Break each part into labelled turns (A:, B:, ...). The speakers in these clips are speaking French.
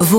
A: Vous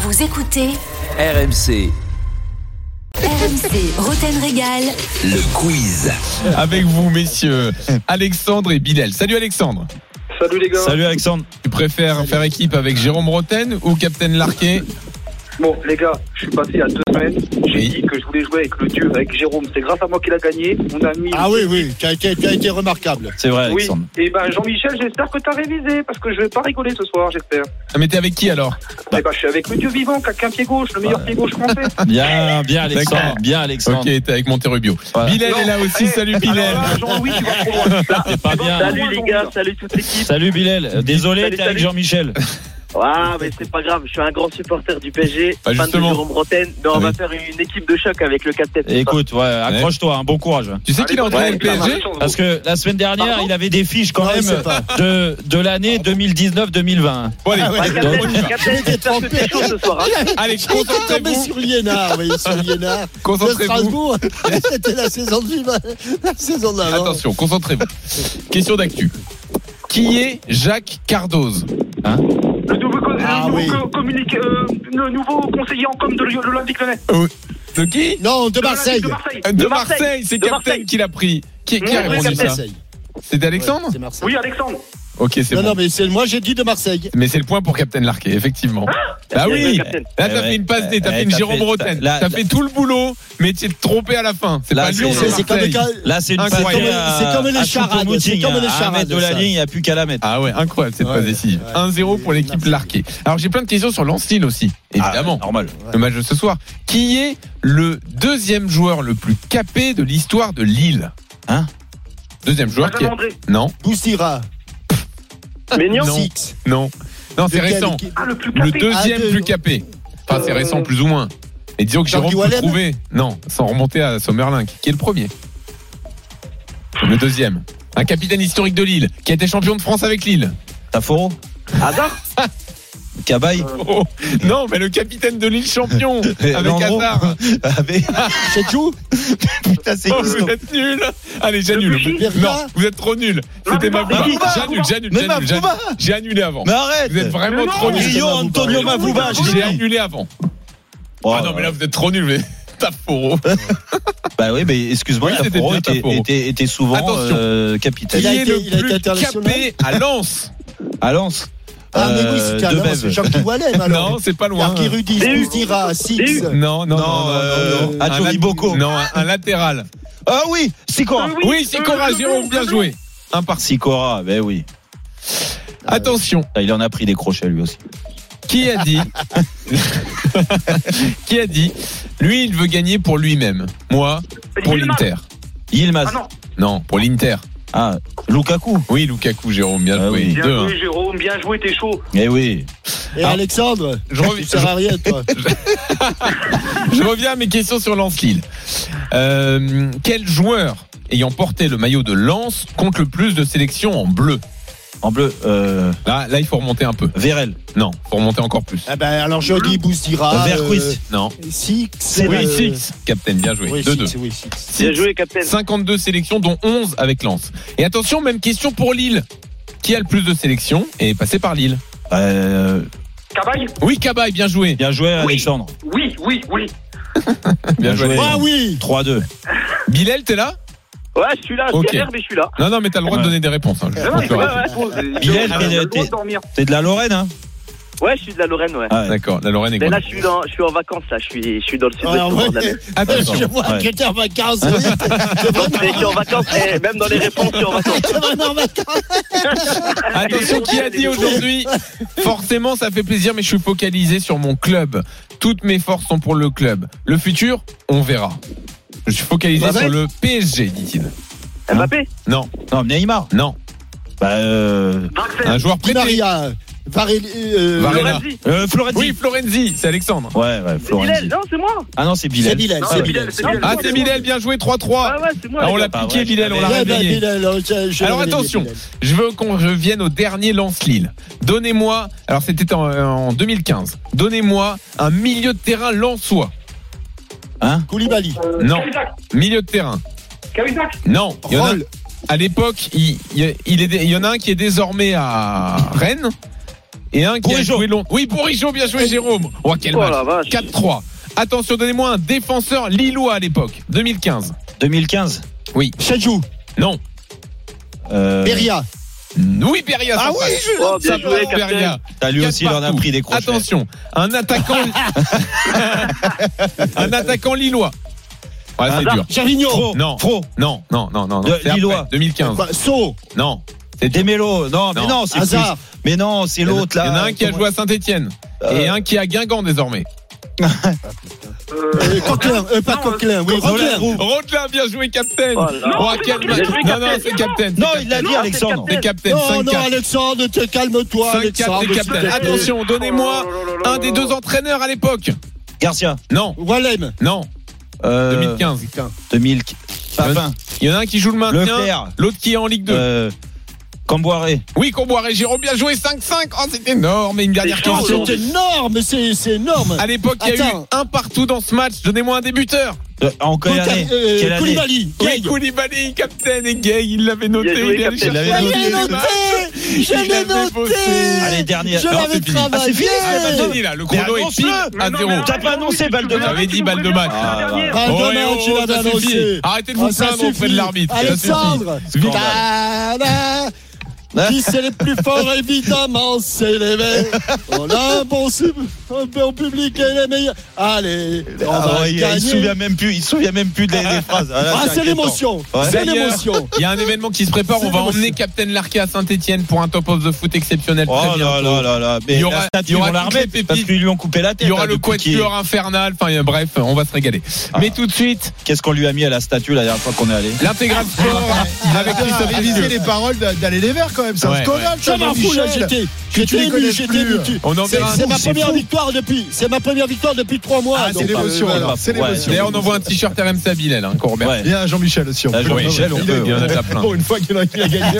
A: Vous écoutez
B: RMC,
A: RMC Roten Régal.
B: le quiz.
C: avec vous, messieurs, Alexandre et Bilal. Salut Alexandre.
D: Salut les gars.
E: Salut Alexandre.
C: Tu préfères faire équipe avec Jérôme Roten ou Captain Larquet
D: Bon, les gars, je suis passé il y a deux semaines. J'ai
C: Oui.
D: dit que je voulais jouer avec le dieu, avec Jérôme. C'est grâce à moi qu'il a gagné. On a mis.
F: Ah oui, oui, tu as été, tu as été remarquable.
E: C'est vrai
D: Oui.
E: Alexandre.
D: Et ben Jean-Michel, j'espère que t'as révisé parce que je vais pas rigoler ce soir, j'espère.
C: Ah, mais t'es avec qui alors
D: Eh ben, je suis avec le dieu vivant qui a qu'un pied gauche, le
C: Bah.
D: meilleur pied gauche français.
E: Bien, bien Alexandre.
C: D'accord.
E: Bien Alexandre.
C: Ok, t'es avec Monterubio.
E: Voilà.
C: Bilal
D: Non,
C: est là aussi.
D: eh,
C: Salut
D: alors
C: Bilal.
D: là, Jean-Louis, tu vas trop loin. Là,
E: C'est pas bien.
G: Salut les gars, salut toute l'équipe.
E: Salut Bilal. Désolé,
G: Salut,
E: t'es avec
G: salut.
E: Jean-Michel.
G: Ah, mais c'est pas grave, je suis un grand supporter du PSG,
C: Bah,
G: fan de
C: justement.
G: Jérôme Roten. Non,
C: Ah
G: on va
C: oui.
G: faire une équipe de choc avec le capitaine.
E: Écoute, ouais, accroche-toi, hein, bon courage.
C: Tu sais qu'il est entraîné le PSG
E: Parce que la semaine dernière, il avait des fiches quand
F: Non, il
E: même
F: sait Ah, pas.
E: de, de l'année 2019-2020.
C: Bon, allez,
F: Ah
G: Ah,
F: ouais.
G: capitaine,
C: on y va.
G: capitaine, j'espère que t'es chaud ce soir. hein.
C: Allez,
F: Il est tombé
C: concentrez-vous.
F: sur Liénard, oui, sur Liénard. De
C: Concentrez-vous.
F: Strasbourg, c'était la saison de Viva, la saison
G: Ah
F: d'avant.
C: Attention, concentrez-vous. Question d'actu. Qui est Jacques Cardoz
D: Le nouveau, co-
F: Ah
D: le nouveau
F: oui.
D: co- communique- euh, le nouveau conseiller en com de l'Olympique Lyonnais.
C: De qui
F: Non, de
D: De
F: Marseille.
D: De Marseille.
C: Euh, De,
D: De
C: Marseille.
D: Marseille.
C: C'est
D: De
C: Captain
D: Marseille.
C: qui l'a pris. Qui, qui
D: Oui,
C: a
D: oui,
C: répondu ça
F: Marseille.
C: C'est d'Alexandre
F: Ouais, c'est Marseille.
D: Oui, Alexandre.
C: Ok, c'est
F: non,
C: bon.
F: non, mais c'est moi j'ai dit de Marseille.
C: Mais c'est le point pour Captain Larquet, effectivement.
D: Ah
C: Bah
G: Bien
C: oui
G: joué, capitaine.
C: Là,
E: Eh
C: t'as
E: ouais.
C: fait une passe D, t'as
E: Eh,
C: fait une
E: t'as
C: Jérôme
E: fait-
C: Roten.
E: là-
C: T'as fait tout le boulot, mais tu es trompé à la fin. C'est
E: Là,
C: pas Lyon,
E: c'est-
C: c'est
F: C'est comme le
C: Marseille.
F: cas.
E: Là, c'est une
C: Incroyable.
E: passe
C: C'est comme-
E: à-
F: c'est comme les
E: à
F: charades,
E: Choupo-Moting,
F: c'est comme les
E: à un
F: charades,
E: mètre de la
F: ça.
E: ligne, il n'y a plus qu'à la mettre.
C: Ah ouais, incroyable cette
F: Ouais,
C: passe décisive.
F: ouais.
C: 1-0 pour l'équipe
F: Merci.
C: Larquet. Alors, j'ai plein de questions sur Lancine aussi, évidemment.
E: Ah, normal.
C: le match de ce soir. Qui est le deuxième joueur le plus capé de l'histoire de Lille
E: Hein
C: Deuxième joueur qui
D: Benjamin
C: est...
D: André.
C: Non,
F: Boussira.
G: Maignan
C: Non.
F: Six.
C: non. Non, c'est
F: De quelle
C: récent.
F: équipe
D: Ah, le plus
C: Le
D: capé.
C: deuxième
F: Ah, deux.
C: plus capé. Enfin, c'est
D: Euh,
C: récent plus ou moins. Et disons que
F: Jordi
C: Jérôme peut
F: Wallen
C: trouver. Non, sans remonter à Sommerlin, qui est le premier. Le deuxième. Un capitaine historique de Lille, qui a été champion de France avec Lille.
E: Taforo
G: Hasard
E: Cabaye
C: Oh, non, mais le capitaine de Lille champion avec
E: Landreau
C: Hazard.
E: Avec-
F: C'est tout
E: Putain, c'est
C: Oh,
E: qui, ce nom
C: vous êtes nuls Allez, j'annule.
D: Debuchy
C: Non, vous êtes trop nuls. C'était ma
D: Mabouba, Mabouba,
C: J'annule, j'annule,
E: Mais
C: j'annule,
E: Mabouba
C: j'annule. J'ai annulé avant.
E: Mais
C: Vous êtes
E: arrête
C: vraiment
D: Mais non,
C: trop nuls.
E: Rio Antonio Mabouba, je
C: J'ai
E: l'ai dit.
C: annulé avant.
E: Oh
C: Ah non, mais là, vous êtes trop nuls. mais Taforo.
E: Bah oui, mais excuse-moi,
C: Oui, c'était
E: Taforo
C: bien
E: était,
C: Taforo.
E: était- était souvent
C: Attention.
E: euh,
C: Qui
E: capitaine.
F: Il a
C: est
F: été-
C: le
F: il a été
C: plus
F: international
C: capé à Lens
E: À Lens
F: Ah, mais oui,
E: Euh,
F: c'était un
E: De
F: non,
E: Bève.
F: c'est Jean-Guy Wallem alors.
C: Non, c'est pas loin.
F: Marquis Rudis,
D: DU.
F: Boussira, Six.
C: Non, non, non.
E: Non,
C: non,
E: euh,
C: non, non. Un
E: Adjori
C: lat-
E: Boko.
C: Non, un, un latéral.
E: Ah oui, Sikora.
D: Oui,
C: Oui, c'est
D: euh,
C: Cora,
D: le
C: Jérôme,
D: bleu,
C: bien
D: le
C: joué. Un par
E: Sikora, ben oui.
C: Attention,
E: Ah, Il en a pris des crochets lui aussi.
C: qui a dit Qui a dit Lui, il veut gagner pour lui-même. Moi, pour
D: Yilmaz.
C: l'Inter.
E: Yilmaz.
D: Ah non,
C: Non, pour l'Inter.
E: Ah, Lukaku.
C: Oui, Lukaku, Jérôme, bien
E: Ah
C: joué.
E: oui.
D: bien
C: Deux, hein.
D: joué Jérôme, bien joué, t'es chaud.
E: Eh oui.
F: Et
C: Ah.
F: Alexandre,
C: Je reviens-
F: tu sers à rien, toi.
C: Je reviens à mes questions sur Lens Lille. Euh, quel joueur ayant porté le maillot de Lens compte le plus de sélections en bleu Ah,
E: En bleu, euh,
C: Là, là, il faut remonter un peu.
E: Vérel.
C: Non, faut remonter encore plus.
F: Ah ben alors je dis Boussira.
E: Verquist.
C: Ah, Non.
F: euh, Six.
C: Oui,
F: euh,
C: six. Captain, bien joué.
F: Oui,
C: 2-2.
F: Six, oui, Six.
G: Bien joué, capitaine.
C: 52 sélections, dont 11 avec Lens. Et attention, même question pour Lille. Qui a le plus de sélections et est passé par Lille
E: Euh,
D: Cabaye
C: Oui, Cabaye, bien joué.
E: bien joué
D: Oui.
E: Alexandre.
D: Oui, oui, oui.
C: Bien
E: Bien
C: joué.
E: joué.
F: Ah oui
E: 3-2.
C: Bilal, t'es là
G: Ouais, je suis là, je
C: Ok.
G: galère, mais je suis là.
C: Non, non, mais t'as le droit de
E: Ouais.
C: donner des réponses. hein. Je
D: Ouais,
C: pense
D: ouais,
C: que-
D: ouais, pause.
E: Bilal,
D: J'ai le
E: t'es-
D: droit
E: t'es-
D: de dormir.
E: T'es de la Lorraine hein
G: Ouais, je suis de la Lorraine, ouais.
E: Ah ouais.
C: D'accord, la Lorraine est
G: Mais
C: quoi
G: là, je suis, dans, je suis en vacances, là. Je suis, je suis dans le sud de
F: Ah, ouais.
G: la mer.
C: Attention.
F: Je vois
E: Ouais.
F: que t'es en vacances. oui.
G: Donc, je
F: C'est
G: suis
F: vraiment-
G: en vacances, et même dans les réponses, je suis en vacances.
F: c'est vraiment en vacances.
C: Attention, qui a dit aujourd'hui Forcément, ça fait plaisir, mais je suis focalisé sur mon club. Toutes mes forces sont pour le club. Le futur, on verra. Je suis focalisé
F: Bah ouais.
C: sur le PSG, dit-il.
G: Mbappé
C: Non,
E: Non, Neymar.
C: non.
E: Bah, euh,
D: Draxler.
C: Un joueur
F: Di
C: prêté.
F: Maria, Varelli, euh,
C: Varela.
G: Lorenzi.
E: Euh, Florenzi.
C: Oui, Florenzi, c'est Alexandre.
E: Ouais, ouais,
G: C'est Bilal,
E: Florenzi.
G: non, c'est moi.
E: Ah non, c'est
F: C'est
E: Bilal.
F: Bilal,
G: Non,
F: c'est
G: c'est
F: Bilal.
G: Bilal, c'est Bilal.
C: Ah, c'est Bilal, bien joué, 3-3.
G: Ah ouais, c'est moi.
C: Ah, on
G: les
C: l'a
G: gars.
E: pas
C: piqué,
E: vrai,
C: Bilal, on l'a
F: Ouais, bah,
C: réveillé.
F: Bilal, alors, je- je
C: Alors,
F: l'avais mis,
C: attention.
F: Bilal.
C: Je veux qu'on revienne au dernier Lance-Lille. Donnez-moi, alors c'était en, en 2015, donnez-moi un milieu de terrain lançois.
F: Koulibaly,
D: Euh,
C: Non.
D: Cahuzac,
C: Milieu de terrain.
D: Cahuzac.
C: Non. Il y en a,
F: Roll,
C: à l'époque, il, il- il est- il y en a un qui est désormais à Rennes et un qui
E: Bourigeaud.
C: a joué long. Oui, Bourigeaud, bien joué, Jérôme. Oh, quel
G: Oh
C: match.
G: la vache.
C: 4-3. Attention, donnez-moi un défenseur lillois à l'époque, 2015.
E: 2015.
C: Euh,
F: Chadjou,
C: Non.
E: Euh,
F: Beria,
C: Oui, Beria.
F: Ah oui,
C: je
G: Oh, bien joué, capitaine.
C: Beria.
E: T'as lui
C: Quatre
E: aussi, il en a
C: partout.
E: pris des crochets.
C: Attention, un attaquant. un attaquant lillois. Ouais, Ah, c'est
G: Hazard.
C: dur.
F: Ah, Gervinho,
E: Fro.
C: Non.
E: Fro.
C: Non, non, non, non. non.
E: De-
C: C'est après,
E: Lillois.
C: 2015.
F: bah, So,
C: Non. C'est dur.
E: Demelo. Non, mais
C: Non.
E: non, c'est plus.
F: Hazard,
E: Mais non, c'est
C: Il y en a-
E: l'autre là.
C: Il y en a un qui a joué à Saint-Etienne et
E: Euh,
C: un qui est à Guingamp désormais.
G: Euh,
F: euh, Coquelin, euh, pas Coquelin, oui, Coquelin.
E: Roland-
C: Rodelin, bien joué, Captain.
G: Oh là.
C: Oh,
G: Non,
C: quel
G: c'est
C: match.
G: bien
C: Non,
G: joué,
C: non,
G: Captain.
C: c'est Captain.
E: Non, il l'a dit,
G: Non,
E: Alexandre.
G: c'est
C: C'est Captain,
F: Non, non,
C: 5-4.
F: Alexandre, te calme-toi,
C: 5-4,
F: Alexandre.
C: c'est Captain.
F: s'il te plaît.
C: Attention,
D: Oh
C: donnez-moi un des deux entraîneurs à l'époque.
E: Garcia.
C: Non,
F: Wallem,
C: non,
E: Euh,
C: 2015.
E: 2000. Papin.
C: Il y en a un qui joue le maintien,
E: Leclerc.
C: l'autre qui est en Ligue 2.
E: Euh, eh, Camboiré.
C: Oui, Comboiré, Jérôme, bien joué, 5-5. Oh, c'est énorme. Et une dernière
G: C'est chaud,
F: Ah,
C: question.
F: c'est énorme, c'est c'est énorme.
C: À l'époque, il y a eu
F: Attends.
C: un partout dans ce match. Donnez-moi un débuteur.
E: Euh, en quelle
F: Coca-
E: année
F: euh,
E: Quelle année
F: Koulibaly,
C: Oui,
F: Gay.
C: Koulibaly, Captain et Gay, il l'avait noté.
G: Bien joué,
C: il est allé
G: Captain.
C: chercher
E: Il
C: un
E: l'avait
C: petit
F: Je l'ai
E: noté.
C: match.
F: noté, je
C: Il
F: l'ai
C: l'avait bossé.
E: Allez,
F: noté.
E: dernière.
F: Je
E: Non, c'est
F: l'avais
E: fini. Ah, c'est
F: travaillé.
E: fini
C: Ah, c'est fini là, le chrono est
E: annonce-le.
C: pile à
G: Non,
C: zéro.
G: non, non,
E: T'as pas annoncé
G: tu
E: balle de
G: me
E: match.
C: T'avais dit balle de match.
G: Ah,
E: Ah,
G: dernière.
F: Pas
C: Oh,
F: de
C: eh,
F: match,
C: oh,
F: il
C: ça
F: avait
C: suffit.
F: annoncé.
C: Arrêtez de
F: Ah,
C: vous
F: ça
C: plaindre auprès de
F: suffit.
C: l'arbitre. Ça suffit.
F: Alexandre Ta-da. Qui c'est les plus forts évidemment C'est les mecs On a un bon, sub- un bon public et les meilleurs Allez, on
E: Ah
F: va
E: ouais, il, il se
F: gagner
E: souvient même plus, il se souvient même plus des, des phrases. là,
F: Ah c'est
E: inquiétant.
F: l'émotion
E: Ouais.
F: C'est
C: D'ailleurs,
F: l'émotion
C: Il y a un événement qui se prépare.
F: C'est
C: On va
F: dommage.
C: emmener Captain Larquet à Saint-Etienne pour un top of the foot exceptionnel. très
E: Oh là
C: bientôt.
E: là là là. Mais
C: Il y aura-
E: la statue,
C: il y aura
E: on la
C: toutes
E: remet
C: les pépites.
E: parce qu'ils lui ont coupé la tête.
C: Il y aura
E: hein,
C: le
E: depuis qu'il-
C: quatuor infernal. Enfin, euh, bref, on va se régaler.
E: Ah.
C: Mais tout de suite,
E: Qu'est-ce qu'on lui a mis à la statue la dernière fois qu'on est allé
C: l'intégral sport avec Christophe Lisieux.
H: les paroles d'aller les verts quand même. C'est
C: Ouais,
H: un scandale, hein,
F: Je m'en fous là,
H: Jean-Michel.
F: j'étais
H: tu les
F: J'étais ému,
H: connais
F: j'étais
H: plus. hein.
F: ému tu-
C: On en
F: C'est
C: verra.
F: c'est ma
E: c'est
F: première
E: fou.
F: victoire depuis C'est ma première victoire depuis trois mois
H: Ah,
F: donc.
H: c'est l'émotion.
E: euh,
H: alors, C'est
E: ouais.
H: l'émotion.
C: D'ailleurs, on envoie un t-shirt RMC à Bilal, hein, qu'on remercie.
E: Ouais.
H: Bien, Jean-Michel aussi. on
E: Ah,
H: peut
E: Jean-Michel,
H: l'envoyer.
E: on peut,
H: Il est-
C: on en a plein.
H: Pour une fois qu'il a qu'il a gagné.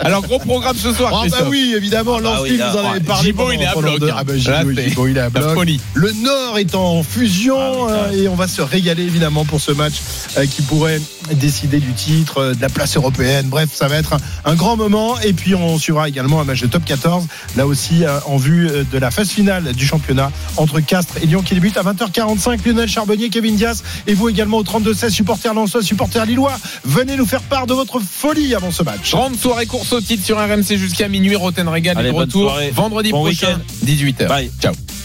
C: Alors, gros programme ce soir,
H: Ah, bah
C: Christophe.
H: oui, évidemment,
E: bah
H: Lance
E: oui,
H: Lille,
E: là,
H: vous en
C: ouais.
H: avez parlé.
C: Gibaud, ah, il est à
H: pendant- pendant
C: bloc. hein.
H: deux- Ah, bah, Gibaud,
C: Là, c'est
H: Gibaud, il est à
C: La
H: bloc.
C: folie.
H: Le Nord est en fusion
E: Ah oui,
H: euh, et on va se régaler évidemment pour ce match euh, qui pourrait décider du titre, euh, de la place européenne. Bref, ça va être un, un grand moment. Et puis on suivra également un match de top 14, là aussi euh, en vue euh, de la phase finale du championnat entre Castres et Lyon qui débute à 20h45. Lionel Charbonnier, Kevin Diaz et vous également au 32-16, supporters lançois, supporters lillois. Venez nous faire part de votre folie avant ce match.
C: Grande soirée course au titre sur RMC jusqu'à minuit. Roten Régal est
E: Allez,
C: de
E: bonne
C: retour
E: soirée.
C: vendredi
E: Bon
C: prochain, 18h.
E: Bye.
C: Ciao.